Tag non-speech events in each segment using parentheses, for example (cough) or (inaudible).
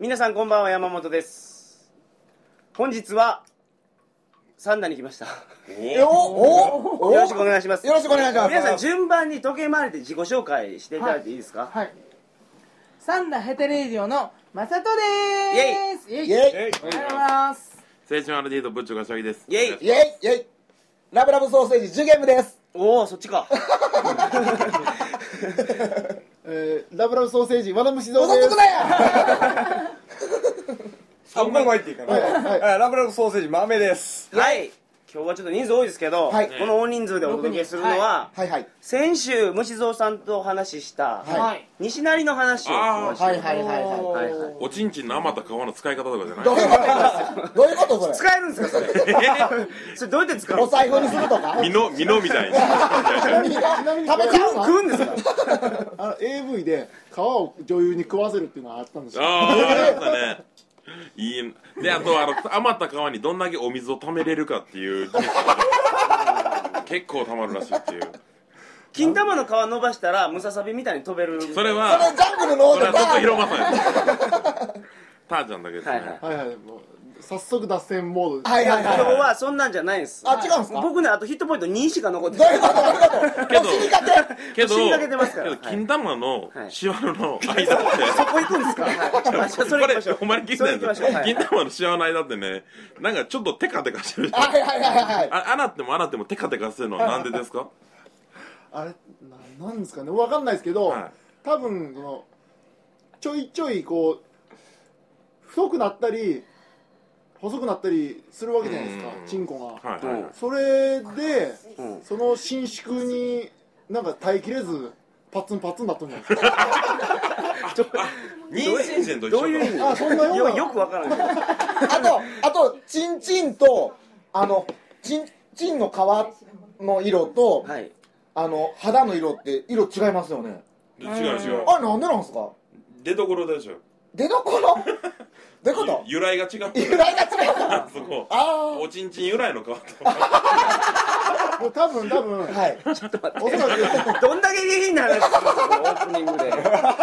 皆さんこんばんは山本です本日は三段に来ましたえおおおよろしくお願いしますよろしくお願いします皆さん順番に時計回りで自己紹介していただいていいですか、はい。サンダヘテレーディオのマサトでーす。イェイイェイイェイおはようございます。青春アルディードブッチョがしゃぎですイェイイェイラブラブソーセージジュゲムですおおそっちかえー、ラブラブソーセージ和田虫蔵戻でってすくなや3番前っていいかな、はいあラブラブソーセージ豆ですはい今日はちょっと人数多いですけど、はいこの大人数でお届けするのは、はいはい先週虫蔵さんとお話しした、ははい。西成の話をしましたはいはいはいはいはいはいおちんちんの余った皮の使い方とかじゃないどういうことどういうことそれ使えるんですか (laughs) それそれどうやって使うおの財布にするとかミノミノみ (laughs) たいに何が食べちゃうの食うんですかあの AV で皮を女優に食わせるっていうのがあったんですよああやったねいいであとあの余った皮にどんだけお水を溜めれるかっていう技術が結構溜まるらしいっていう金玉の皮伸ばしたらムササビみたいに飛べるそれそれはジャングルのそ王れではちょっと広バまさんやターちゃんだけですね、はいはいはいはいもう早速脱線モードでーンはいはい今日はいはそんなんじゃないんですあ違うんすか僕ねあとヒットポイント2しか残ってどうないいうことどういうこともう死にかけけど死にかけてますからけど金玉のはいシワの間って、そこ行くんですかはいじゃあそれ行きましょうこれほんまに聞いそてれな行きまいですしょうはい金玉のシワの間ってねなんかちょっとテカテカしてるじゃんはいはいはいはいあ洗っても洗ってもテカテカするのはなんでですかあれななんですかねわかんないですけど、はい多分このちょいちょいこう太くなったり細くなったりするわけじゃないですかうんチンコが、はいはいはいそれで、うんその伸縮になんか耐えきれずパツンパツンなったんじゃないですか妊娠線と一緒どかういう意味あそんなようよなよくわからないけどあとあとチンチンとあのチンチンの皮の色とはいあの肌の色って色違いますよね違う違うあれなんでなんですか出どころでしょ出どころどういうことゆ由来が違う由来が違うからそこあおちんちん由来の皮ともう多分多分あはいおそらくどんだけ下品な話してますかオープニングで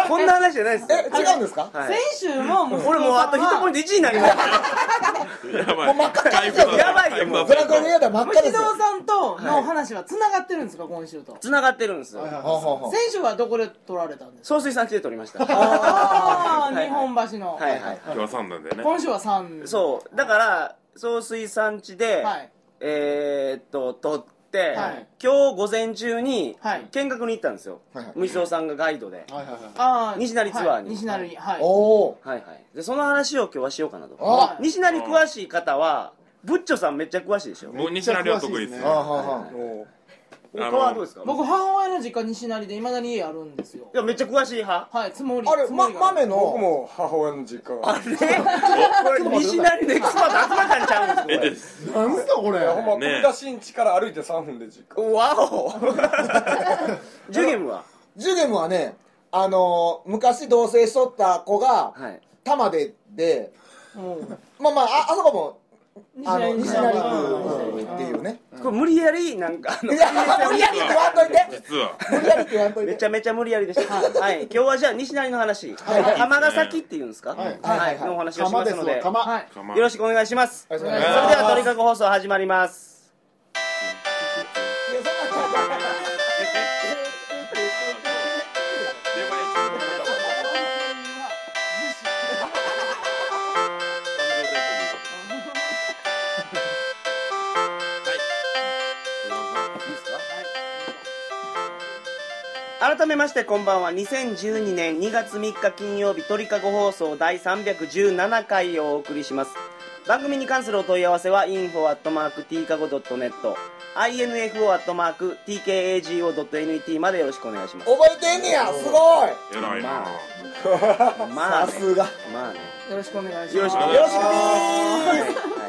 こんな話じゃないですよえ違うんですかはい先週ももう俺もうあとヒットポイント1になりましたやばもうい真っ赤回復だやばいよもうブラコンで言うたら真っ赤で西すよ蔵さんとの話は繋がってるんですか今週と。繋がってるんですよはいはいはあはあはあ先週はどこで撮られたんです総か。帥さん来て撮りましたあはあい日本橋の。はいはい今日は3なんだよね今週は三。そうだから総帥さん家で、はい。えー、っと撮って、はい今日午前中にはい見学に行ったんですよ、はいはい虫蔵さんがガイドで、はいはいはいあー西成ツアーにはい西成にはい。おーはいはいでその話を今日はしようかなとあ西成詳しい方はブッチョさんめっちゃ詳しいでしょもう西成は得意ですめっあーちはゃよあはあ他はどうですか僕母親の実家西成でいまだに家あるんですよい。やめっちゃ詳しい派はいつもり。あれつもまりがある豆の僕も母親の実家がこ (laughs) れ西成のエキスパート集まったんちゃうんえでですすなんすかこれほんまねえ飛び出しん地から歩いて3分で実家これわお (laughs) ジュゲムはジュゲムはねあのー昔同棲しとった子がはい多摩ででうんまあまあああそこもあの西西成成区うんうんっていうねこれ無理やりなんかあのいや無理やりって言わんといて実は無理やりって言わんといめてちゃめちゃ無理やりでした。はい、今日はじゃあ西成の話、はいはい浜ヶ崎っていうんですか、はいはいはいのお話をし玉まですすのわで、よ玉はい構わんろしくお願いします。お願いしそまれすでは鳥かご放送始まります。いやそんな改めましてこんばんは。2012年2月3日金曜日鳥かご放送第317回をお送りします。番組に関するお問い合わせは info@tkago.net、info@tkago.net までよろしくお願いします。覚えてんねやすごいえらいなまあまあさね、すがまあね。よろしくお願いしますよろしくお願いよろししまくすねは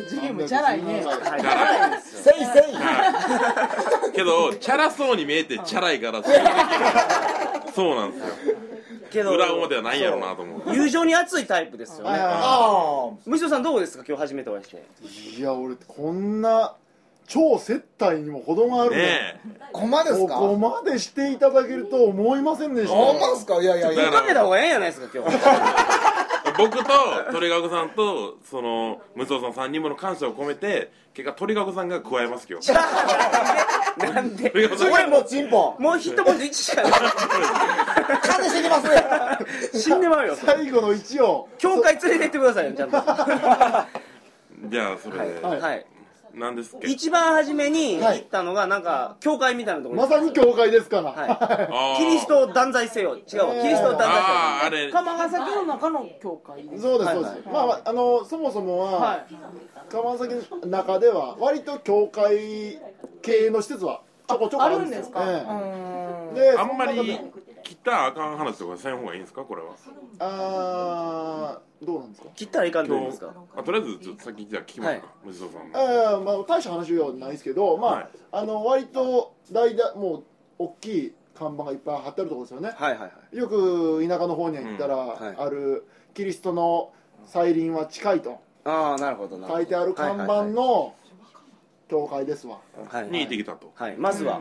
い。ジゲムじゃないねはいーせいせいはいけどチャラそうに見えてチャラいからそういう時そうなんですけよど裏表はないやろなと思う友情に熱いタイプですよはいねはいあむしろさんどうですか今日初めてお会いしていや俺こんな超接待にも程があるのねあここまですこかこまでしていただけると思いませんでしたほんまですかいやいやいだやからかけた方がええんやないですか今日 (laughs) 僕と鳥籠さんとその無双さん3人分の感謝を込めて結果鳥籠さんが加えます今日 (laughs) なんで鳥籠さん俺もうチンポもう一文字一しかない金してきますね死んでまうよ最後の1を教会連れてってくださいよちゃんとじゃあそれで、はいはい何ですっけ一番初めにはい行ったのがなんか教会みたいなところまさに教会ですから、はあーキリストを断罪せよ違うわキリストを断罪せよあーあれ釜ヶ崎の中の教会ですそうですはいそうはでいす、まあまああのそもそもは、はい川崎の中では割と教会系の施設はちょこちょこああるるんんでですすよか、えうえんであんまそのり中で切ったらあかん話とかせん方がいいんですかこれはあーどうなんですか切ったらいかんと思いま今日すかあとりあえずちょっと先じゃあ聞きますか、は無双さんのええまあ大した話はないですけどまあ、はいあの割と大々もう大きい看板がいっぱい貼ってあるところですよねはいはいはいよく田舎の方には行ったら、んはいあるキリストの再臨は近いとああなるほどなるほど書いてある看板の教会ですわ、はいはいに行ってはいきたとはいまずは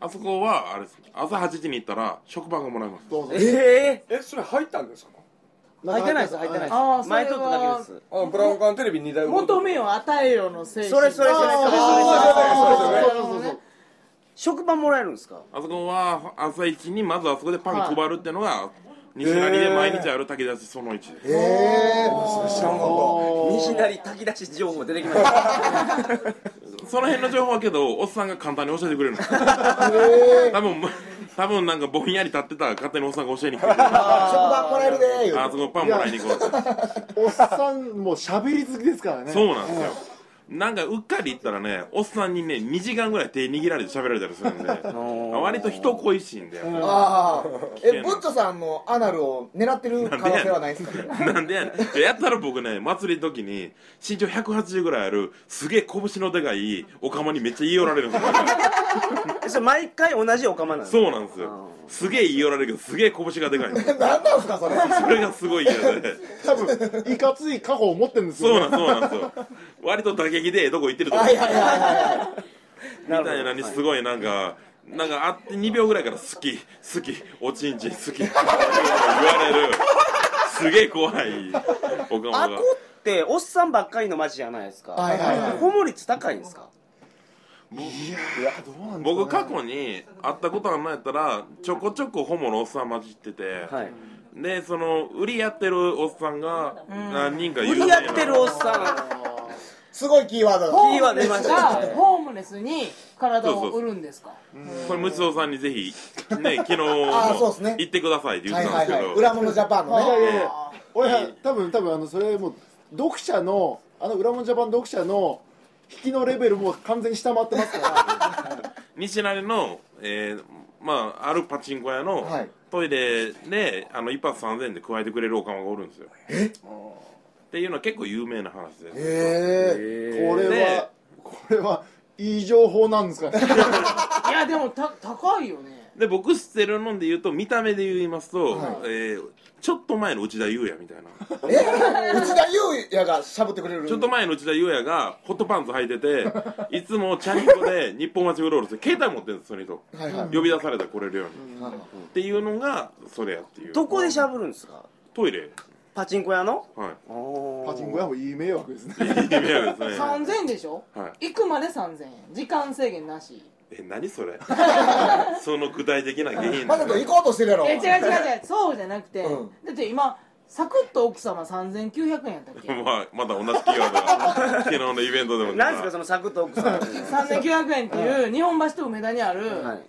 あそこはあれです朝8時に行ったら食パンがもらえますどうぞえええそれ入ったんですか入ってないです入ってないあですあ前撮っただけですあブラウン管テレビ2台求めを与えよの精神それそれそれそれあそれそれそれそれーそうそうそうそう食パンもらえるんですかあそこは朝一にまずあそこでパン配るってのが西成で毎日ある炊き出しその1です、えそれ知らんかっ西ー、成炊き出し情報出てきました (laughs) その辺の情報はけどおっさんが簡単に教えてくれるんです多分多分なんかぼんやり立ってたら勝手におっさんが教えに来てくれるあ食パンもらえるでー言うてあそこパンもらいに行こうっておっさんもう喋り好きですからねそうなんですよなんかうっかり言ったらねおっさんにね2時間ぐらい手握られて喋られたりするんで割と人恋しいんでああ険えなボッチョさんのアナルを狙ってる可能性はないですか (laughs) なんでやねんじゃあやったら僕ね祭りの時に身長180ぐらいあるすげえ拳のでかいおかまにめっちゃ言い寄られるん (laughs) ですよそれ毎回同じお釜なんですそうなんですよすげえ言い寄られるけどすげえ拳がでかいんですよ何なんすかそれそれがすごい嫌で多分いかつい過去を持ってるんですよ、そうなね、んそうなんですよ割と打撃でええとこ行ってるとこはいみはいはいはいはいなたいなるにほすごいなんかなんかあって2秒ぐらいから好き好きおちんちん好きって言われるすげえ怖いおかどあまこがっておっさんばっかりの街じゃないですかはいはいはいホモ率高いんですか僕過去に会ったことあんないやったらちょこちょこホモのおっさん混じってて、はいでその売りやってるおっさんが何人か売うりてやってるおっさすごいキーワードだホキーワードーム出レましスたがねホームレスに体を売るんですかこれ無双さんにぜひ (laughs) ね昨日あーそうっすね行ってくださいって言っはいはいてたんですはけいど裏物ジャパンのねいやいやいや俺は多分多分あのそれもう読者のあの裏門ジャパン読者の引きのレベルも完全に下回ってますから西成の、えーまあ、あるパチンコ屋のはいトイレであの一発3000円で加えてくれるおかまがおるんですよっていうのは結構有名な話です、へえこれはこれはいい情報なんですかねいやでもた高いよねで僕知ってるので言うと見た目で言いますと、えーちょっと前の内田裕也みたいな内田裕也がしゃぶってくれるちょっと前の内田裕也がホットパンツ履いて (laughs) ていつもチャリンコで日本街うろうろして携帯持ってるんですその人はいはい呼び出されたら来れるように、っていうのがそれやっていうんどこでしゃぶるんですかトイレパチンコ屋の (laughs) はいパチンコ屋もいい迷惑ですね意味あるですね3000円でしょ、は行くまで3000円時間制限なしえ何 (laughs) それその具体的な原因まさと行こうとしてるやろえ違う違う違うそうじゃなくて、うんだって今サクッと奥様3900円やったっけまあまだ同じ企 (laughs) 業が昨日のイベントでもなんですかそのサクッと奥さんっていうのは3900円っていう日本橋と梅田にあるはい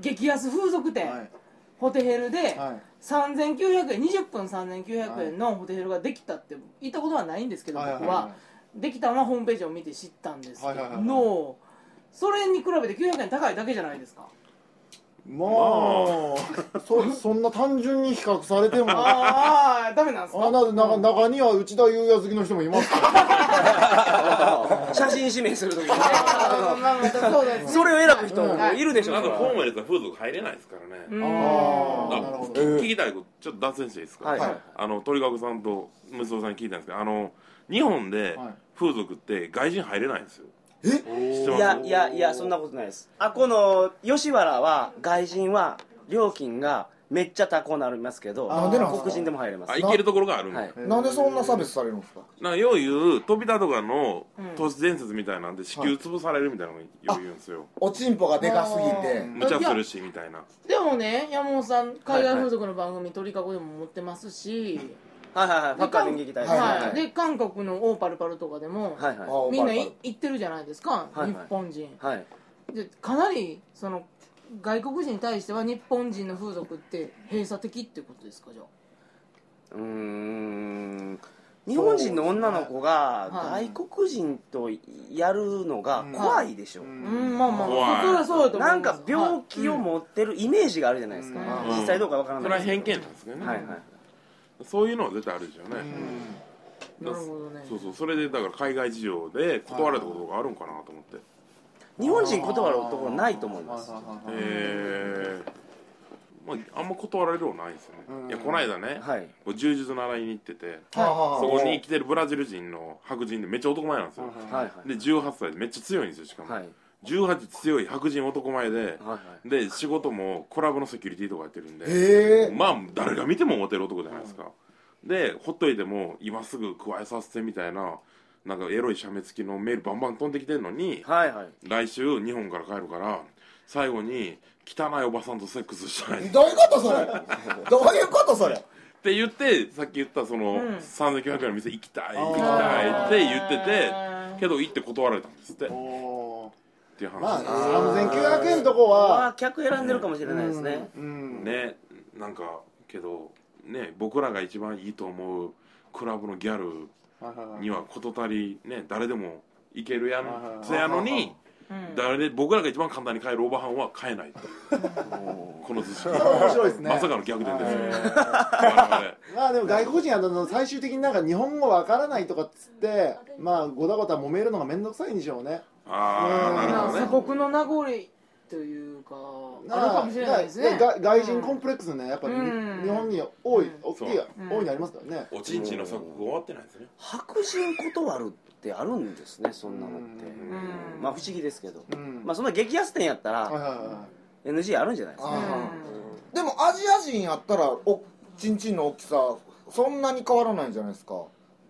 激安風俗店、はいホテヘルではい3900円20分3900円のホテヘルができたって言ったことはないんですけどはいはいはい僕はできたのはホームページを見て知ったんですけはいはいはいはどいのそれに比べて900円高いだけじゃないですかまあそそんな単純に比較されても (laughs) あああダメなんですかなな中には内田裕也好きの人もいますから写真指名する (laughs) ときあーまあまあそうですねそれを選ぶ人もいるでしょまそだれはホームレスは風俗入れないですからねうんあーなるほど聞きたいことちょっと脱線していいですか、はいはいあの鳥籠さんと息子さんに聞いたんですけどあの日本ではい風俗って外人入れないんですよえ知ってまいすやいやいやそんなことないですあこの吉原は外人は料金がめっちゃ高なりますけどなんでなんですか黒人でも入れますあ行けるところがあるんだ、はいなんでそんな差別されるんですかなんかよう言う飛田とかのうん都市伝説みたいなんで子宮潰されるみたいなのよう言うんですよおちんぽがでかすぎて無茶するしみたいなでもね山本さん海外風俗の番組「鳥かご」でも持ってますし、はいはいはいファッカー演劇隊ですはいはいで韓国の「オーパルパル」とかでも、はいはいあみんバなレい行ってるじゃないですか、はいはい日本人はいでかなりその外国人に対しては日本人の風俗って閉鎖的ってことですかじゃあうーん日本人の女の子がはい外国人とやるのが怖いでしょ、うんまあまあ怖いそれはそうだと思いますなんか病気を持ってるイメージがあるじゃないですか、うん実際どうかわからそなれいはですけど偏見なんですけどね、はいはいそういうのは絶対あるでしょうね、なるほどねそうそうそれでだから海外事情で断られたことがあるんかなと思ってへ日本人断る男ないと思いますはえまああんま断られることないですよね、うんいやこの間ね、いこう柔術習いに行っててたはあはあそこに来てるブラジル人の白人でめっちゃ男前なんですよ、はいで18歳でめっちゃ強いんですよしかも、はいはい18強い白人男前で、はいで仕事もクラブのセキュリティとかやってるんでへえまあ誰が見てもモテる男じゃないですか、でほっといても今すぐ加えさせてみたいななんかエロい写メ付きのメールバンバン飛んできてんのにはいはい来週日本から帰るから最後に汚いおばさんとセックスしたいっどういうことそれどういうことそれて言ってさっき言ったその、うん3900円の店行きたい行きあたいって言っててあーけど行って断られたんですってっおーていう話、まあ3900円のとこまあは客選んでるかもしれないですね、うんねなんかけどね僕らが一番いいと思うクラブのギャルはいはいはいには事足りね誰でもいけるやはいはいはんいせやのにうん誰で僕らが一番簡単に買えるオーバーハンは買えないっていうこの図式面白いですねまさかの逆転ですよはい我まあでも外国人はあの最終的になんか日本語わからないとかっつってまあごたごた揉めるのが面倒くさいんでしょうね々ああなる鎖ほどね国の名残というかなあるかもしれないですねが外人コンププレックスねやっぱりうん日本に多いうん大きいうん多いのありますからねおちんちんの鎖国終わってないですね白人断るってあるんですねそんなのってうんうんまあ不思議ですけど、うんまあそんな激安店やったはいらはいは NG あるんじゃないですかあーでもアジア人やったらおちんちんの大きさそんなに変わらないんじゃないですか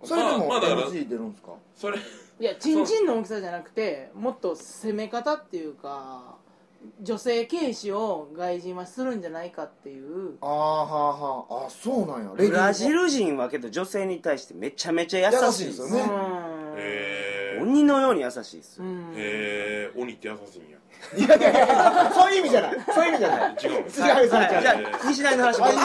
それでもまあまあだから NG 出るんですかそれいやチンチンの大きさじゃなくてもっと攻め方っていうか女性軽視を外人はするんじゃないかっていうあーはーはーあそうなんやレディーブラジル人はけど女性に対してめちゃめちゃ優しいです優しいですようねんへえ鬼のように優しいですうよ、んへえ鬼って優しいんやいやいやいやそういう意味じゃないそういう意味じゃない違うんです違う違はう違ういじゃあ西成の話戻って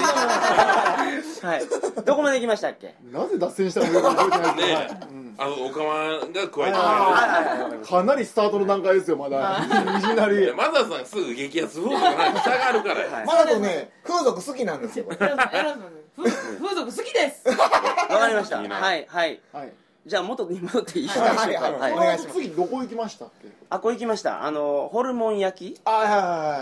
はいどこまで行きましたっけいなぜ脱線したのか覚えてないですけどはいうんあのおかまが加えてあないかなりスタートの段階ですよまだいきなりでマザーさんすぐ激安風俗なんか下があるからはいやまだとね風俗好きなんですよエラさんエラさん風風俗好きです (laughs) わかりましたいいなはいはいはいじゃあ元に戻っていいでしょうかはいはいはいはいおこ願れいします次どこ行きましたっけあこれ行きましたあのホルモン焼きあはいあーははーあ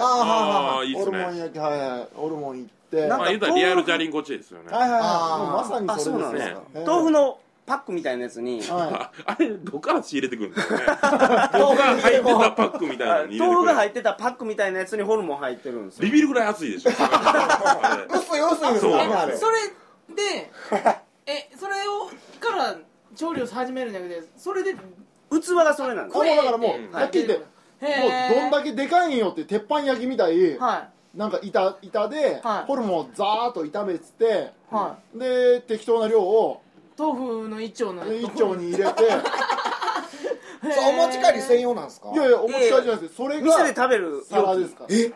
はあいいいはいでホすルモンね焼きはいはいホルモン行っなてんまかあ言うたらリアルジャリンコチェですよねはいはいあーはいもうまさにそれですあそうなんあ豆腐ののパックみたいなやつにはああれどっから仕入れてくるんですかね豆腐が入ってたパックみたいなのに入れてくる豆腐が入ってたパックみたいなやつにホルモン入ってるんですよビビるぐらい熱いでしょあい薄い薄いですよねそうあれそれでえそれをから調理を始めるんじゃなくてそれで器がそれなんですこれだからもううんはっきり言ってへ (laughs) いえもうどんだけでかいんよって鉄板焼きみたいはなんか板板ではいホルモンをザーッと炒めてていはで適当な量をい豆腐の一丁の一丁に入れてへえそうお持ち帰り専用なんですかいやいやお持ち帰りじゃなくてそれ店でが食べる皿ですからえい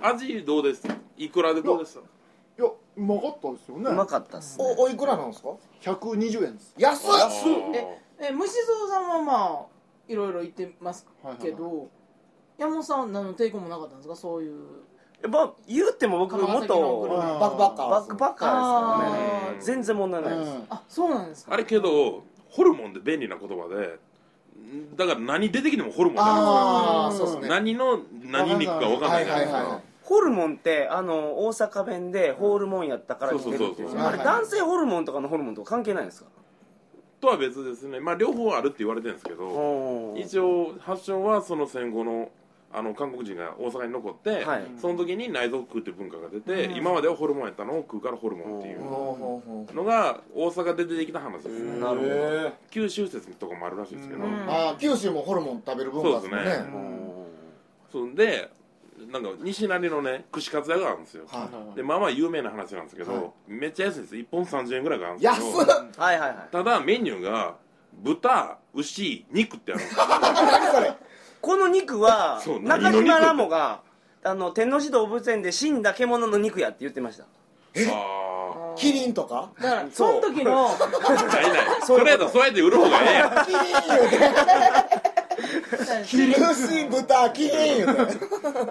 味どうですいくらでどうですやうまかったですよねうまかったっすねおおいくらなんですか120円です安っええ虫蔵さんはまあいろいろ言ってますけど、山本さんは何の抵抗もなかったんですかそういうやっぱ言っても僕釜石のグルメ元バックバッカーバックバッカーですからねあー全然問題ないです、うんあそうなんですかあれけどホルモンって便利な言葉でだから何出てきてもホルモンなんでああうんそうですすよね何の何肉か分かはんないいじゃはないいですかはホルモンってあの大阪弁でホールモンやったから似てるっていそうそううそうそうあれ男性ホルモンとかのホルモンとか関係ないんですかとは別ですねまあ両方あるって言われてるんですけどおー一応発祥はその戦後のあの韓国人が大阪に残って、はいその時に内臓を食うっていう文化が出て、今まではホルモンやったのを食うからホルモンっていうのが大阪で出てきた話ですね、なるほど九州説とかもあるらしいですけど、うんあー九州もホルモン食べる文化ですもんねそうですそんでなんか西成のね串カツ屋があるんですよ、はでまあまあ有名な話なんですけど、はいめっちゃ安いんです1本30円ぐらいがあるんいです安けっどはいはいはいただメニューが豚牛肉ってあるんですよ何それこの肉はそう中何の肉島ラモがあの天王寺動物園で死んだ獣の肉やって言ってましたあキリンとかだからその時のあないないそれやったらそうやって売る方がええやんキリン言うてキキリンリン豚キリン言う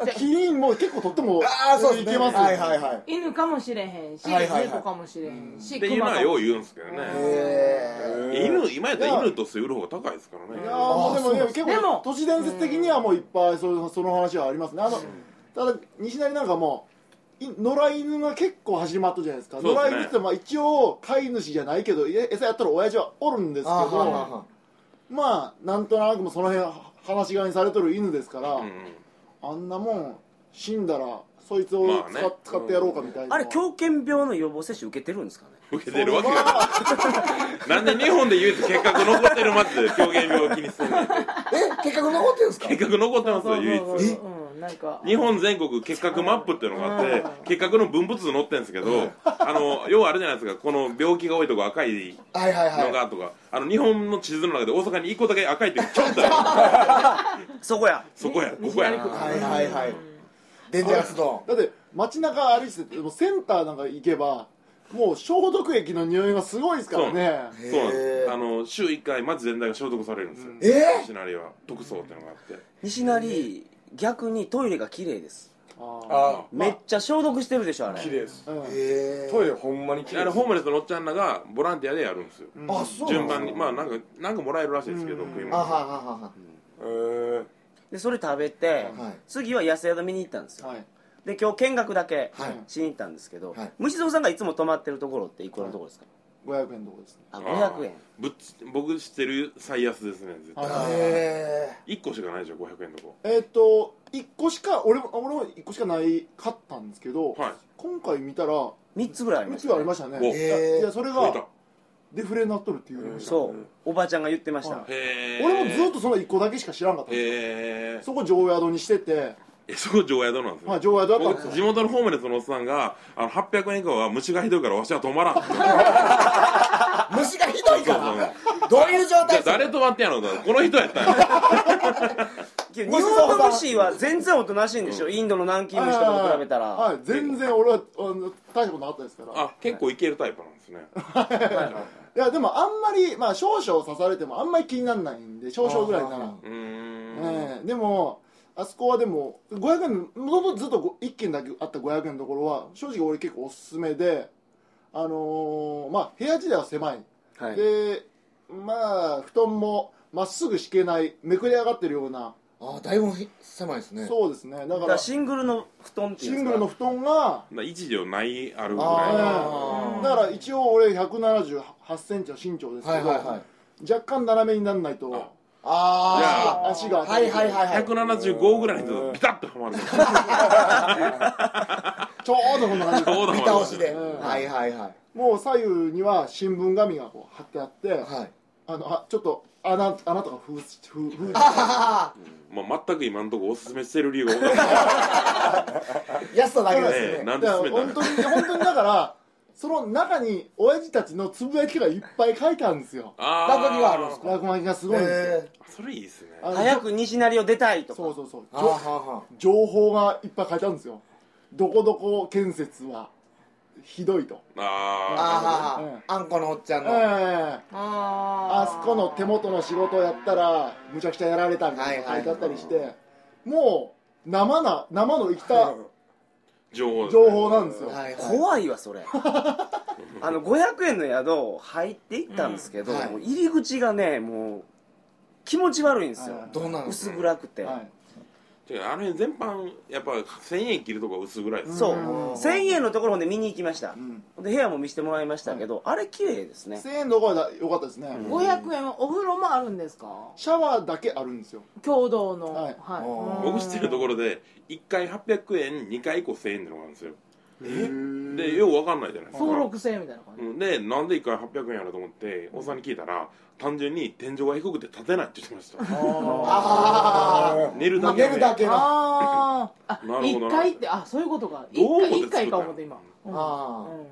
てキリンも結構とってもああそうですねいけますよはいはいはい (laughs) 犬かもしれへんし、はいはいはい猫かもしれへんし、っていうの熊かはもよう言うんですけどねへえ犬今やったら犬として売る方が高いですからいねやーもうでもね結でも構都市伝説的にはもういっぱいそその話はありますねあのただ西成なんかもい野良犬が結構始まったじゃないですかそうです野ね良犬ってまあ一応飼い主じゃないけどえ餌やったら親父はおるんですけあーはーはーどはまあなんとなくもその辺は放し飼いにされとる犬ですから、うんあんなもん死んだらそいつをまあ使,、ね使ってやろうかみたいなあれ狂犬病の予防接種受けてるんですかねうん受けてるわけ (laughs) がないなんで日本で唯一結核残ってる街で狂犬病を気にするのえ結核残ってるんですか結核残ってますそようそうそう唯一うん、なんか日本全国結核マップっていうのがあって結核の分布図載ってるんですけどあの要はあるじゃないですかこの病気が多いとこ赤いはいはいのはがとか、あの日本の地図の中で大阪に1個だけ赤いってちょっとあるそこやそこやこ西こや成区いはいはいはいデンジャラスドだって街中歩いててもうセンターなんか行けばもう消毒液の匂いがすごいですからねそうなんでへすーあの週1回街全体が消毒されるんですよえーシナリオは特捜っていうのがあって西成逆にトイレが綺麗ですああめっちゃ消毒してるでしょあれあ綺麗ですーうへんえトイレほんまに綺あれ麗ですホームレスのおっちゃんらがボランティアでやるんですよあそう順番ににまあなんかなんかもらえるらしいですけど食いあはー物はーはーはへーでそれ食べて、はい次は野生宿見に行ったんですよ、はいで今日見学だけはいしに行ったんですけど、はい虫蔵さんがいつも泊まってるところっていくらのところですか、 500円のとこですねあ500円ぶっつ僕知ってる最安ですね絶対はーへえ1個しかないでしょ500円のとこえっ、と1個しか俺も俺も1個しかない買ったんですけど、はい今回見たら3 3つぐらいありましつたありましたねおいやへーいやそれ増えたがデフレになっとるっていうそうおばあちゃんが言ってました、はへえ俺もずっとその1個だけしか知らんかったんですよへーそこ常宿にしてて、えそこ上宿なんですよまあ、常宿だったんです僕地元のホームレスのおっさんがあの800円以下は虫がひどいからわしは止まらんって虫がひどいそかうそうらどういう状じゃあ態誰止まってやろうとこの人やったんやけど日本の虫は全然おとなしいんでしょ、インドの南京虫とかと比べたら、はい、全然俺はあの大したことなかったですからあ結構いけるタイプなんですねいやでもあんまり、まあ、少々刺されてもあんまり気にならないんで少々ぐらいなあらー、うーんええでもあそこはでも500円もともとずっと1軒だけあった500円のところは正直俺結構おすすめであのーまあ部屋自体は狭い、はいでまあ布団もまっすぐ敷けないめくれ上がってるような、あーだいぶ狭いですねそうですねだだかかららシングルの布団っていシうんですングかルの布団がな一条ないあるぐらあだから一応俺1 7 8センチの身長ですあはけいど、はいはい若干斜めにならないとじあゃ足があはいはいはいはいい175ぐらいの人とビタッとはまるちょうどこんな感じちょうど見倒しで、うんはいはいはいもう左右には新聞紙がこう貼ってあって、はいあのあちょっと穴穴とか封じ封封じあはははまあ、全く今のところおすすめしてる理由が分から安さだけないでねすえねなんでだから勧めた本の当に本当にだからその中に親父たちのつぶやきがいっぱい書いてあるんですよあー落書きがあるんですか落書きがすごいんですよ、ええそれいいですねあの早く西成を出たいとかそうそうそうあじはょは情報がいっぱい書いてあるんですよどこどこ建設はひどいと、ああーははあんこのおっちゃんえの、えああーそこの手元の仕事をやったらむちゃくちゃやられたみたいなのが書いてあったりして、もう生な生の生きたー情報ですね情報なんですよ、はいはい怖いわそれあの500円の宿入っていったんですけど、うんはいもう入り口がねもう気持ち悪いんですよ、はいどうなの薄暗くて、はいてかあの辺全般やっぱ1000円切るとこ薄ぐらいですそううん1000円のところで見に行きましたんで部屋も見せてもらいましたけどあれ綺麗ですね1000円の方が良かったですね、 500円はお風呂もあるんですかシャワーだけあるんですよ共同のはいはい僕知ってるところで1回800円2回以降1000円ってのがあるんですよでよう分かんないじゃないですか総六千円みたいな感じうんでなんで1回800円やろうと思っておっさんに聞いたら単純に天井が低くて立てないって言ってま (laughs) したああ寝るだ投けげでるだけなあああなるほど1な回ってあそういうことかどう思って1回か思って今うんあうんっ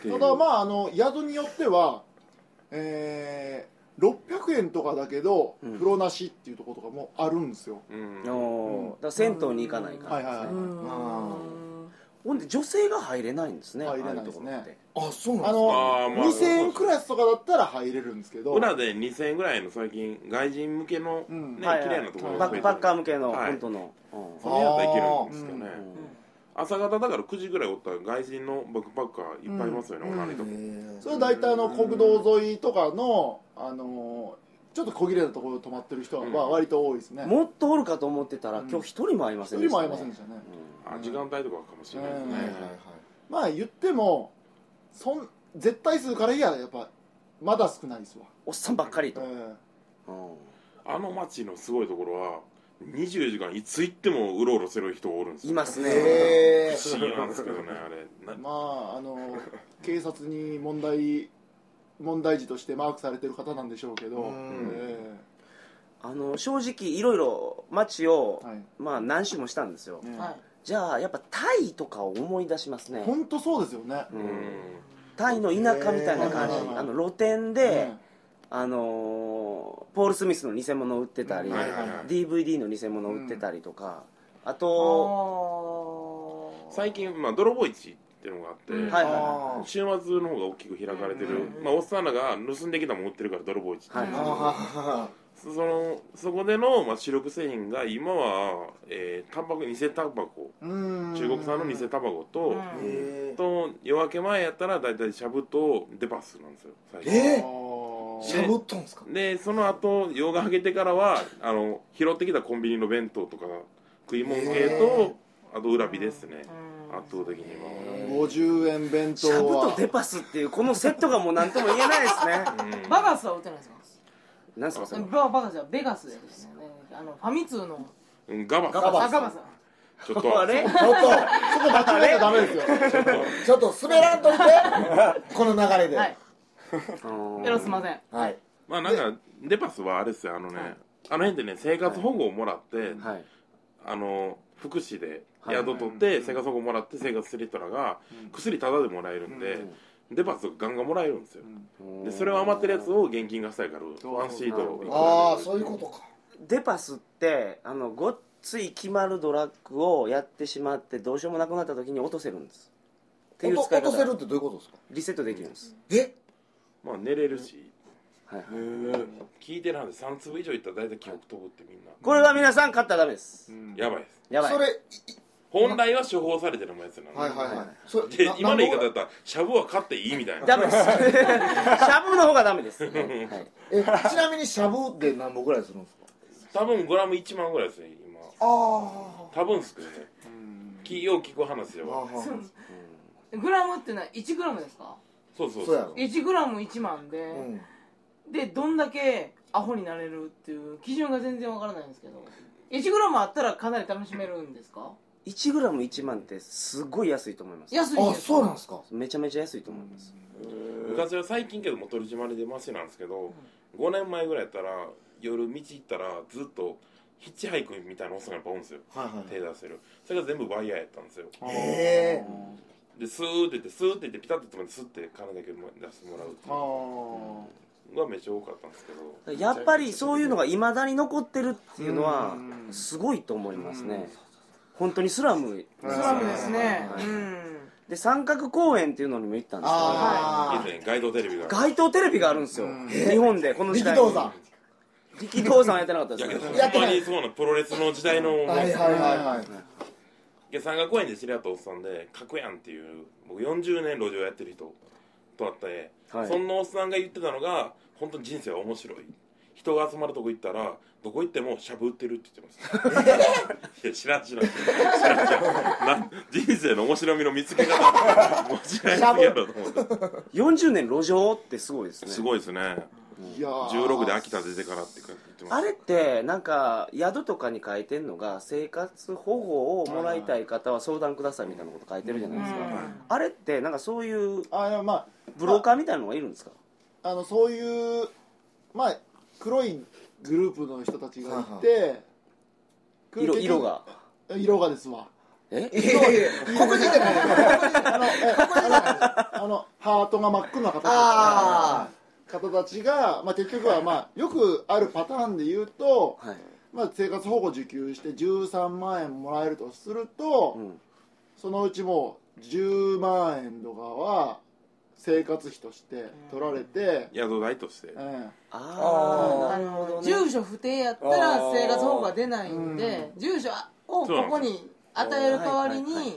ていうただまああの宿によってはえー、600円とかだけど、うん風呂なしっていうところとかもあるんですようんおーだから銭湯に行かないからですね、はいはいはいうあんほんで女性が入れないんですね入れないですねああうところってあそうなんあですのあーまあ2000円クラスとかだったら入れるんですけど裏で2000円ぐらいの最近外人向けのうねん綺はいはい麗なところバックパッカー向向けの、はい本当の、うんそのやったらいけるんですよねうん朝方だから9時ぐらいおったら外人のバックパッカーいっぱいいますよねうん女の人もへそれは大体あの国道沿いとかの、あのーちょっと小切れたところで泊まってる人うんは割と多いですね、もっとおるかと思ってたら、今日一人も会いませ一んで人した、もね、会いませんでしたね、あ時間帯とかかもしれないですうんはねいはいはいまあ言ってもそん絶対数から言えばやっぱまだ少ないですわ、おっさんばっかりえと、うんあの街のすごいところは24時間いつ行ってもうろうろする人がおるんですよいますねへ不思議なんですけどねあれなえまああの (laughs) ー警察に問題問題児としてマークされてる方なんでしょうけど、うんえあの正直いろいろ街を、えはいまあ何周もしたんですよ、ねはいじゃあやっぱタイとかを思い出しますね本当そうですよね、ううんんタイの田舎みたいな感じ、へーあの露店で、ねあのーポール・スミスの偽物を売ってたり、はいはいはい DVD の偽物を売ってたりとか、あとあ最近、まあ、泥棒市っていうのがあって、うんはいはいあ週末の方が大きく開かれてる、うんまあ、おっさんらが盗んできたもん売ってるから泥棒市って、はいーあそのそこでの、まあ、主力製品が今は、えー、タバコ偽タバコうん中国産の偽タバコと、ーうんへと夜明け前やったら大体シャブとデパスなんですよ最ええあーーしゃぶっとんすかでその後夜が明けてからはあの拾ってきたコンビニの弁当とか食い物系と、あと裏火ですね、うん圧倒的に今は。 50円弁シ当ャブはとデパスっていうこのセットがもう何とも言えないですねうんバガスは売ってないですかなんすかそれババガスはベガスですねあのファミ通のうんガバガバあガバスちょっとあれちょっそこ間違えちゃダメですよとちょっと滑らんといてこの流れでははいい、エロすいませんはい、まあなんかデパスはあれですよあのね、あの辺でね生活保護をもらって、はいあの福祉ではい宿取って生活保護もらって生活する人らが薬タダでもらえるんで、デパスガンガンもらえるんですよ、でそれを余ってるやつを現金化したいからワンシートをああそういうことかデパスってあのごっつい決まるドラッグをやってしまってどうしようもなくなった時に落とせるんですっていう落使いと落とせるっ方てどういうことですかリセットできるんですえまあ寝れるし、はいはい聞いてるはず3粒以上いったら大体記憶飛ぶってみんな、これは皆さん買ったらダメですやばいですやばいそれ本来は処方されてるやつなの、はいはいはいそれでな今の言いなんぼ方だったらシャブは買っていいみたいなダメです (laughs) シャブの方がダメです、はいはいえちなみにしゃぶで何本ぐらいするんですか多分グラム1万ぐらいですね今あ多分ですけどねきよう聞く話ではグラムってのは1グラムですかそうそうそうやろ1グラム1万で、うんでどんだけアホになれるっていう基準が全然わからないんですけど1グラムあったらかなり楽しめるんですか1グラム1万ってすごい安いと思います安いんあですそうなんですかめちゃめちゃ安いと思います昔は最近けどもう取り締まりでマシなんですけど、5年前ぐらいやったら夜道行ったらずっとヒッチハイクみたいなおっさんがやっぱおるんですよはいはい手出せるそれが全部バイヤーやったんですよええでスーって言ってスーって言ってピタッて止めてスッて金だけ出してもらうっていうのがめっちゃ多かったんですけどやっぱりそういうのがいまだに残ってるっていうのはすごいと思いますね本当にスラムスラムですねうんで三角公園っていうのにも行ったんですあ以前街頭テレビがけど街頭テレビがあるんですよ日本でこのあ時力代道山力道山はやってなかったやけでどすほねんやってまないにそうなプロレスの時代の、はいはいはいはいで三角公園で知り合ったおっさんで「かくやん」っていう僕40年路上やってる人と会って、はいそんなおっさんが言ってたのが本当に人生は面白い人が集まるとこ行ったらどこ行ってもしゃぶ売ってるって言ってますいや知らん知らん知らん知らんな人生の面白みの見つけ方間違いすぎやろと思って40年路上ってすごいですねすごいですねいやー16で秋田出てからって言ってますあれってなんか宿とかに書いてんのが生活保護をもらいたい方は相談くださいみたいなこと書いてるじゃないですか、うんあれってなんかそういうあいやまブローカーみたいなのがいるんですか、ああのそういうまあ黒いグループの人たちがいて黒色い結局色が色がで (laughs) すわえいやいや黒人って何あのえあのあのハートが真っ黒な形あ方たちが、まあ、結局は、まあ、よくあるパターンで言うと、はい、まあ、生活保護受給して13万円もらえるとすると、うんそのうちもう10万円とかは生活費として取られて、宿代としてうんああなあるほどのね住所不定やったあらー生活保護が出ないんで住所をここに与える代わりはいはいにはい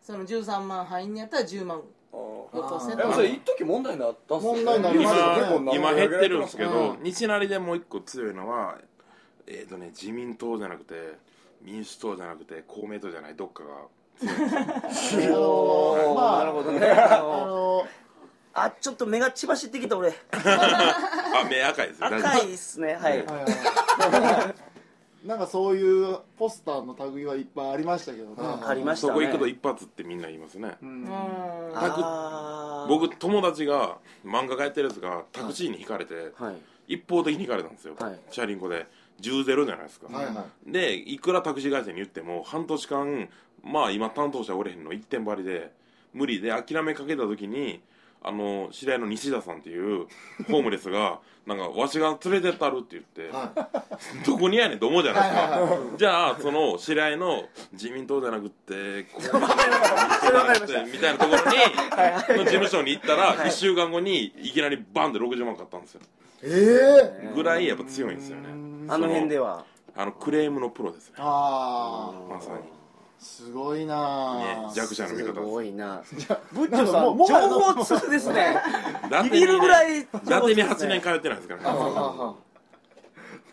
その13万入んやったら10万あ落とせあでもそれ一時問題になったっすよ問ね題になりま今すよね今減ってるんですけどう西成でもう一個強いのはえっ、とね自民党じゃなくて民主党じゃなくて公明党じゃないどっかがあのーまあなるほどね (laughs) あのあちょっと目が血走ってきた俺あ目赤いですよ大丈夫赤いっすねはい、ーはいはいなんかそういうポスターの類はいっぱいありましたけどね、ありましたそねこ行くと一発ってみんな言いますね、うんうんタクあー僕友達が漫画家やってるやつがタクシーに引かれて、はい一方的に引かれたんですよ、はいチャリンコで10ゼロじゃないですか、はいはいでいくらタクシー会社に言っても半年間まあ今担当者おれへんの一点張りで無理で諦めかけた時にあの知り合いの西田さんっていうホームレスが (laughs) なんかわしが連れてったるって言って、どこにやねんと思うじゃないですか、じゃあその知り合いの自民党じゃなくて公 (laughs) 明党みたいなところにの事務所に行ったら1週間後にいきなりバンで60万買ったんですよええぐらいやっぱ強いんですよねあの辺ではあのクレームのプロですねああまさにすごいなねあ弱者の味す方ですごいなブッチョさなんかもうんもはや情報通ですねだビビるぐらい上伊達手にです8ね年通ってないですからね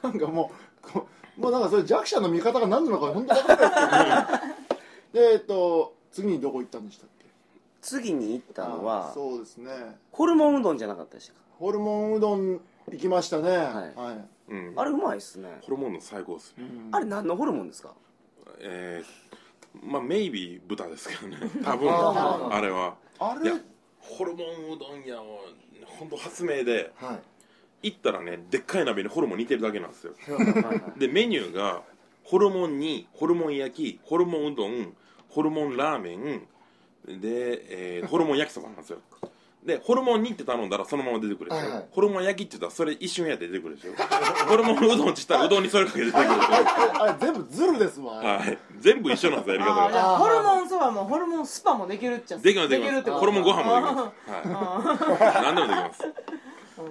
なんかもうこもうなんかそれ弱者の味方が何なのか本当わかんないですけどでえっと次にどこ行ったんでしたっけ次に行ったのあはそうですねホルモンうどんじゃなかったでしたかホルモンうどん行きましたねはいはうんあれうまいっすねホルモンの最高ですねあれ何のホルモンですかえーまあメイビー豚ですけどね多分ああれはあいれやホルモンうどん屋は本当発明ではい行ったらねでっかい鍋にホルモン煮てるだけなんですよはいはいでメニューがホルモン煮ホルモン焼きホルモンうどんホルモンラーメンで、えーホルモン焼きそばなんですよでホルモン煮って頼んだらそのまま出てくるでしょ、はいはいホルモン焼きって言ったらそれ一瞬やって出てくるでしょ (laughs) ホルモンうどんって言ったらうどんにそれかけて出てくるでしょあれ全部ズルですわあれはい全部一緒なんですよやりあ方ーじがゃあホルモンそばもホルモンスパもできるっちゃできますできるまってこすとホルモンご飯もできます、はい、何でもできます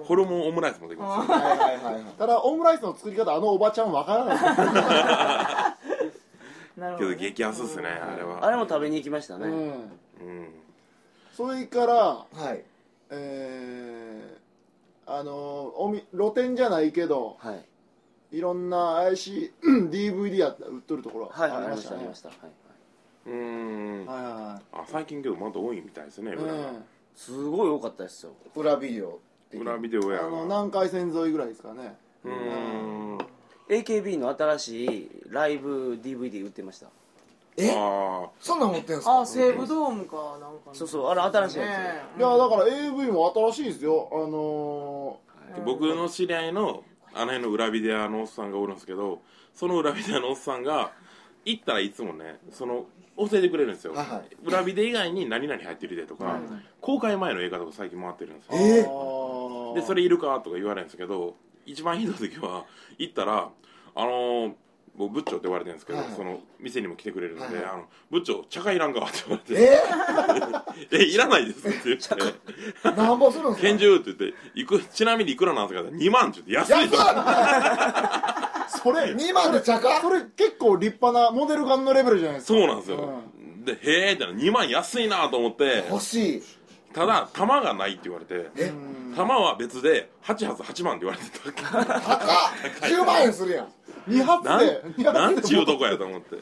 ホルモンオムライスもできますはいはいはいはいただオムライスの作り方あのおばちゃんわからないですなるほけどどね激安っすねあれあはれも食べに行きましたうねんうんそれからはいえーあのおみ露店じゃないけどはいいろんな怪しい (clears throat) うん DVD やった売っとるところはいあはいありりままししたたありねましたはいはいうんはいはいはいあ最近けどまだ多いみたいですね裏がえすごい多かったですよ裏ビデオ裏ビデオえやあの南海線沿いぐらいですかねうーん AKB の新しいライブ DVD 売ってましたえあそんなん持ってんすかあー西武ドームかなんかそうそうあれ新しいやついやだから AV も新しいですよあのあ僕の知り合いのあの辺の裏ビデオのおっさんがおるんですけどその裏ビデオのおっさんが行ったらいつもねその教えてくれるんですよ、はいは裏ビデ以外に何々入ってるでとか、公開前の映画とか最近回ってるんですよ、ーえあーでそれいるかとか言われるんですけど一番ひどい時は行ったらあのー僕ブッチョって言われてるんですけど、はいはいその店にも来てくれるので、はいはあのブッチョ茶会いらんかって言われてえ「 (laughs) えいらないです」って言ってーなんぼするんす「か拳銃」って言っていくちなみにいくらなんですかって2万って言って安いとそれ2万で茶化それ結構立派なモデルガンのレベルじゃないですかそうなんですよ、でへえってな2万安いなと思って欲しいただ弾がないって言われて弾は別で8発8万って言われてたわ9万円するやん2発けなでんなんちゅうとこやと思って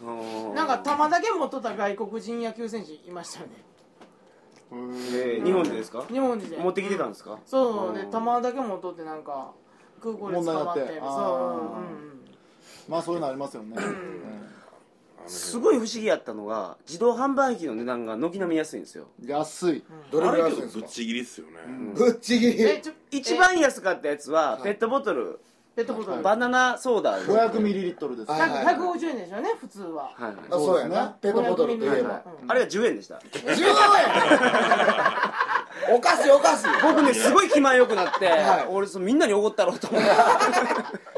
なんか球だけ持っとった外国人野球選手いましたよねえー日本でですか日本で持ってきてたんですかそうで球だけ持っとってなんか空港で捕まって問題になってそあうーうんうんまあそういうのありますよねすごい不思議やったのが自動販売機の値段が軒並み安いんですようん安いどれあぐられいけするどんですぶっかちぎりっすよね、ぶっちぎえりちょ一え番安かったやつはペットボトルペットボトルバナナソーダではい500ミリリットルですはいなんか150円でしょうね普通はあそうやなペットボトルといえば500ミリあれは10円でした10円おかしいおかしい僕ねすごい気前よくなって、はい俺そのみんなにおごったろうと思っ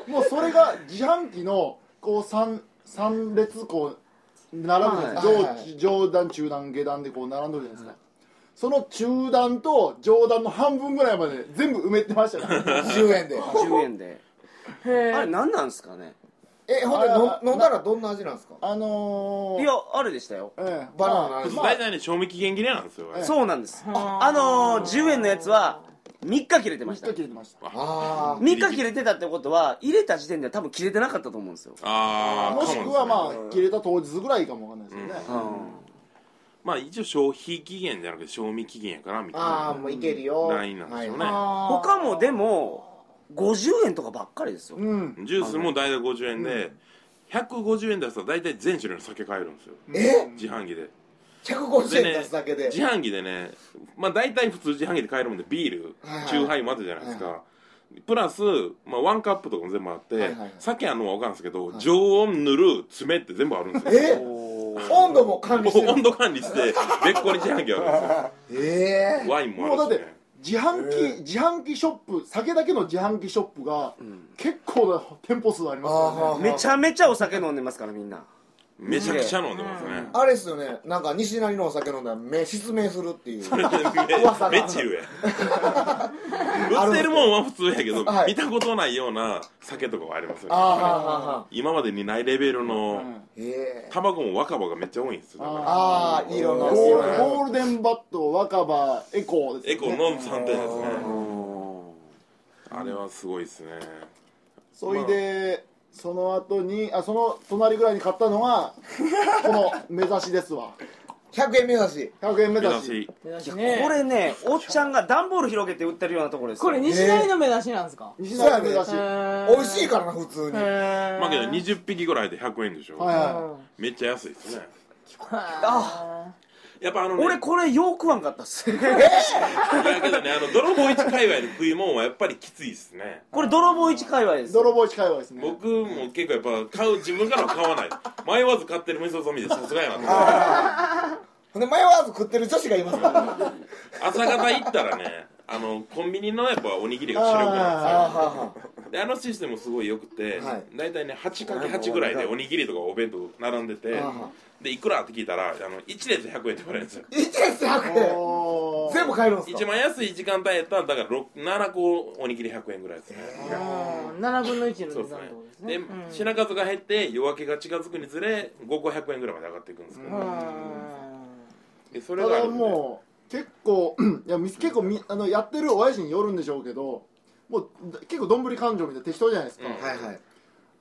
てもうそれが自販機のこう三三列こう並ぶじゃないですか、はいは上いはい上段中段下段でこう並んでるじゃないですか、その中段と上段の半分ぐらいまで全部埋めてましたか (laughs) ら10円で10円でへあれー何なんですかねえほんであのあ飲んだらどんな味なんですかあのー、いやあれでしたよええバナナの味まあ大体ね賞味期限切れなんですよあれそうなんですはあのー、10円のやつは3日切れてままあし切たれてましたあ3日切れてたってことは入れた時点では多分切れてなかったと思うんですよ、ああもしくはまあ切れた当日ぐらいかもわかんないですよね、うまあ一応消費期限じゃなくて賞味期限やからみあたいなああもういけるよラインなんですよねはいん、あー他もでも50円とかばっかりですよ、うんジュースも大体50円で、150円出すと大体全種類の酒買えるんですよえ自販機で150円でね出すだけで自販機でねまあ大体普通自販機で買えるもんでビールはい酎ハイまでじゃないですか、プラス、まあ、ワンカップとかも全部あって、はいはいはい酒あるのは分かるんですけど、常温塗る爪って全部あるんですよえ温度も管理してもうる温度管理して別個に自販機あるんでえ (laughs) すよワインもあもうだっるしてね自販機、自販機ショップ酒だけの自販機ショップが結構な店舗数ありーますあよーねめちゃめちゃお酒飲んでますからみんなめちゃくちゃ飲んでますね、あれですよねなんか西成のお酒飲んだら目失明するっていう噂が (laughs) めっちゃ言え売ってるもんは普通やけど、はい見たことないような酒とかはありますよあーはねあはあはあ今までにないレベルのええタバコも若葉がめっちゃ多いんですよだからああいい色ゴのールゴールデンバット若葉エコーでエすコよねの3点ですねあれはすごいですねそれで、その後にあその隣ぐらいに買った (laughs) のがこの目指しですわ100円目指し100円目目指指しし目出しねこれねおっちゃんが段ボール広げて売ってるようなところですよこれ西成の目出しなんですか西成目指しそう美美味しいからな普通にまあけど20匹ぐらいで100円でしょ、はいはめっちゃ安いですねあやっぱあのね俺これよう食わんかったっすだけどねあの泥棒市界隈で食い物はやっぱりきついっすね (laughs) これ泥棒市界隈でいす泥棒市界隈ですね僕も結構やっぱ買う自分からは買わない迷わず買ってる味噌ゾンビでさすがやなとほんで迷わず食ってる女子がいますから (laughs) 朝方行ったらねあのコンビニのやっぱおにぎりが白くなるんですよあーであのシステムすごいよくて、はい大体ね 8×8 ぐらいでおにぎりとかお弁当並んでてでいくらって聞いたらあの1列100円って言われるんですよ1列100円おー全部買えるんです一か番安い時間帯やったらだからろく7個おにぎり100円ぐらいですね、 7分の1のそう値です段ねってことですで、ねうん品数が減って夜明けが近づくにつれ5個100円ぐらいまで上がっていくんですけど、うんでそれたがあだるんでもう結構いやみ結構みあのやってる親父によるんでしょうけどもうだ結構どんぶり勘定みたいな適当じゃないですか、うんはいはい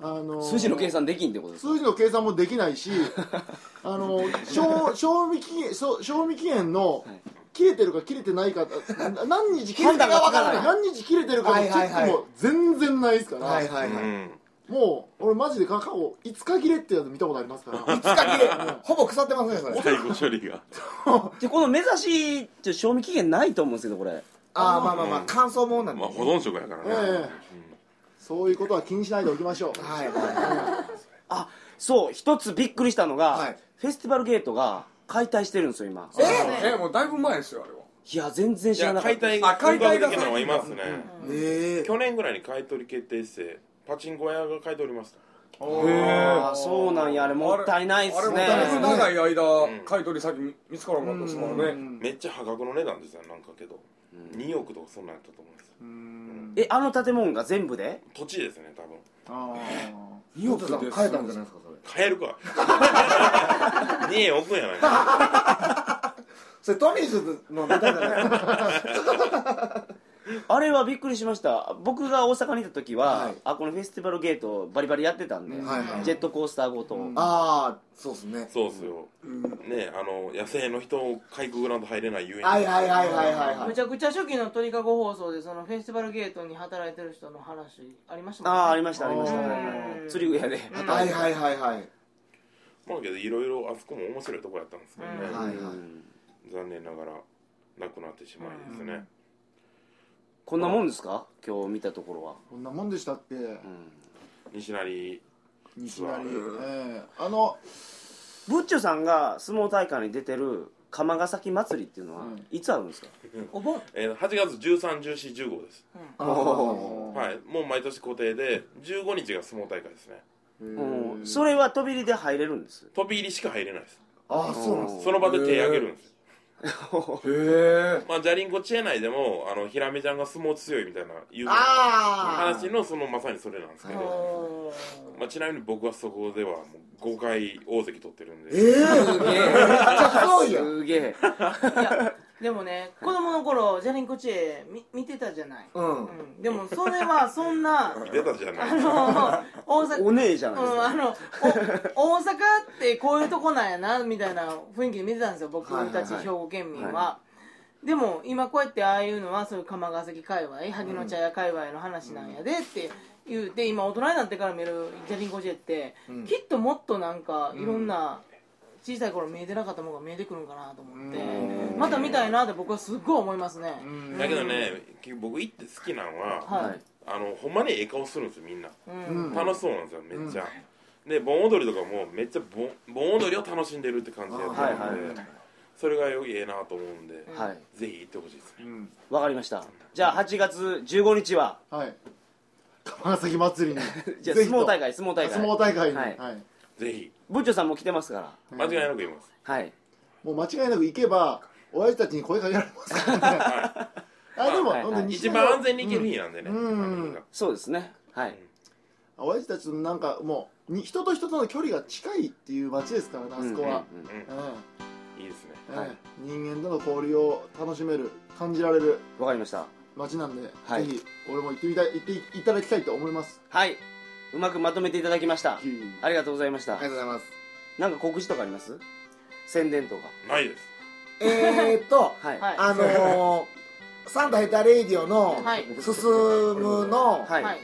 あの数字の計算できんってことです数字の計算もできない (laughs) しあの賞賞味期限そう賞味期限のい切れてるか切れてないかな何日切れて判る断がかつかない何日切れてるかのチェはいはいはックいも全然ないですから、はいはういはいんもう俺マジで過去5日切れってやつ見たことありますから5日切れほぼ腐ってますねそれ最後処理がでこの目指しって賞味期限ないと思うんですけどこれああまあまあまあ乾燥もんなんでまあはい保存食やからね、えそういうことは気にしないでおきましょうはあそう一つびっくりしたのが、はいフェスティバルゲートが解体してるんですよ今いえもうだいぶ前ですよあれはいや全然い知らやなかっ解たです体あ解体が本格的なのはいますね、ええ去年ぐらいに買い取り決定してパチンコ屋が買い取りましたあーそうなんやあれもったいないっすねあれもだいぶ長いうん間買い取り先見つからなかったですからねめっちゃ破格の値段ですよなんかけど、2億とかそんなんやったと思うんですよえあの建物が全部で土地ですね多分あ2さん変えたんじゃないですかそれ買えるか2円置くんやないかそれトミーズのネタじゃないですかあれはびっくりしました僕が大阪にいた時は、はいあこのフェスティバルゲートバリバリやってたんで、うんはいはいジェットコースターごと、うんああそうですねそうっすよ、ねあの野生の人を海空グラウンド入れないゆえにはいはいはいはいはいはむいちゃくちゃ初期の鳥かご放送でそのフェスティバルゲートに働いてる人の話ありましたもんああありねましたありましたうんはい釣り具屋で、うんはいはいはいはいまあけどいろいろあそこも面白いとこやったんですけどね、うんはいうん残念ながらなくなってしまいですね、こんなもんですか今日見たところは、こんなもんでしたっけうん西成西成うんええあのブッチョさんが相撲大会に出てる釜ヶ崎祭りっていうのは、うんいつあるんですかお盆えー8月131415です、あおーはいもう毎年固定で15日が相撲大会ですねうんそれは飛び入りで入れるんです飛び入りしか入れないですあーそうなんですうんその場で手挙げるんですよへえまあ、じゃりんこ知恵内でもあのひらめちゃんが相撲強いみたいな言うあ話のそのまさにそれなんですけど、おーまあ、ちなみに僕はそこではもう5回大関取ってるんえで、えー、めっちゃ強いやんすげえでもね子供の頃ジャリンコチエみ見てたじゃない、うんうん、でもそれはそんな見てたじゃないあの (laughs) 大阪お姉じゃないですうん、か、あのお (laughs) 大阪ってこういうとこなんやなみたいな雰囲気で見てたんですよ僕たちはいはいはい兵庫県民は、でも今こうやってああいうのはそういう釜ヶ関界隈萩野茶屋界隈の話なんやでって言うて今大人になってから見るジャリンコジェって、んきっともっとなんかいろんな小さい頃見えてなかったものが見えてくるんかなと思って、うんまた見たいなって僕はすっごい思いますね、んだけどね結局僕行って好きなのは、はい、あのほんまにええ顔するんですよみんな、うんうん楽しそうなんですよめっちゃ、で盆踊りとかもめっちゃ盆盆踊りを楽しんでるって感じでやってるんで、あはいそれがよりええなと思うんで、はいぜひ行ってほしいですね、うんわかりましたじゃあ8月15日ははい釜ヶ崎祭りに (laughs) じゃあ相ぜひと撲大会相撲大会相撲大会にははいいぜひ部長さんも来てますから間違いなく言います、はいもう間違いなく行けば親父たちに声かけられますか (laughs) らねはあでもはいはいほんでい、一西成番安全に行ける日なんでね、うんあの日がそうですねはい親父たちとなんかもうに人と人との距離が近いっていう街ですからねあそうんうこは、んうんうんういいですねんはいええ人間との交流を楽しめる感じられるわかりました街なんで、はいぜひ俺も行ってみたい行っていただきたいと思いますはいうまくまとめていただきましたぜひありがとうございましたありがとうございますなんか告知とかあります宣伝とかないです (laughs) えーっとはいはいあのー、サンタヘタレイディオのはい「すすむ」の、はいはい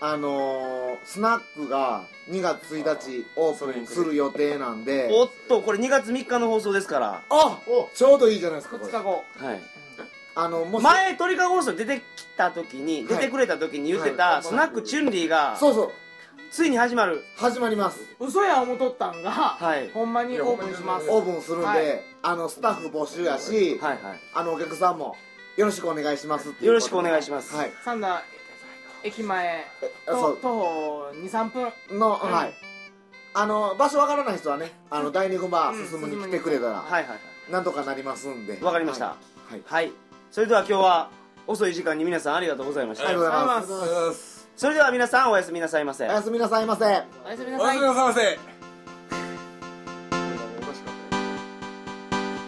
あのー、スナックが2月1日オープンする予定なんでおっとこれ2月3日の放送ですからあおちょうどいいじゃないですかこ2れ日後はいあのもし前鳥かご放送出てきた時には出いてくれた時に言ってはたいスナックチュンリーがそうそうついに始まる始まります嘘や思っとったんが、はいほんまにオープンしますオープンするんで、はいあのスタッフ募集やし、はいはあのお客さんもよろしくお願いしますっていうことでよろしくお願いしますはいサンダー駅前あとそう徒歩23分の、はいあの場所わからない人はねあのダイニングバうんー進むに来てくれたら、いはいはなんとかなりますんでいわかりましたはい、はいはいそれでは今日は遅い時間に皆さんありがとうございましありたがとうございあまりがすとうございますそれでは皆さんおやすみなさいませおやすみなさいませおやすみなおさやいすみなさいませおかしかったよ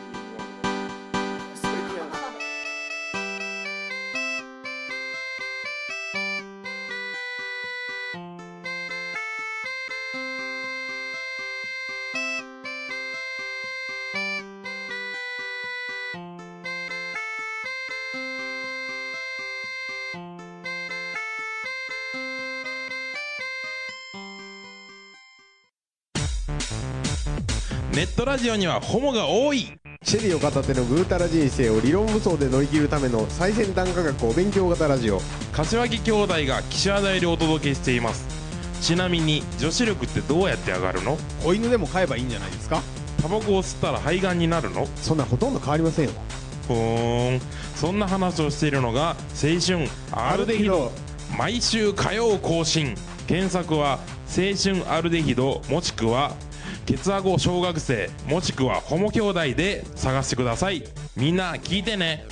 ネットラジオにはホモが多いシェリーを片手のぐうたら人生を理論武装で乗り切るための最先端科学お勉強型ラジオ柏木兄弟が岸和田よりお届けしていますちなみに女子力ってどうやって上がるの子犬でも飼えばいいんじゃないですかタバコを吸ったら肺がんになるのそんなほとんど変わりませんよふーんそんな話をしているのが青春アルデヒド毎週火曜更新検索は青春アルデヒドもしくはケツアゴ小学生もしくはホモ兄弟で探してくださいみんな聞いてね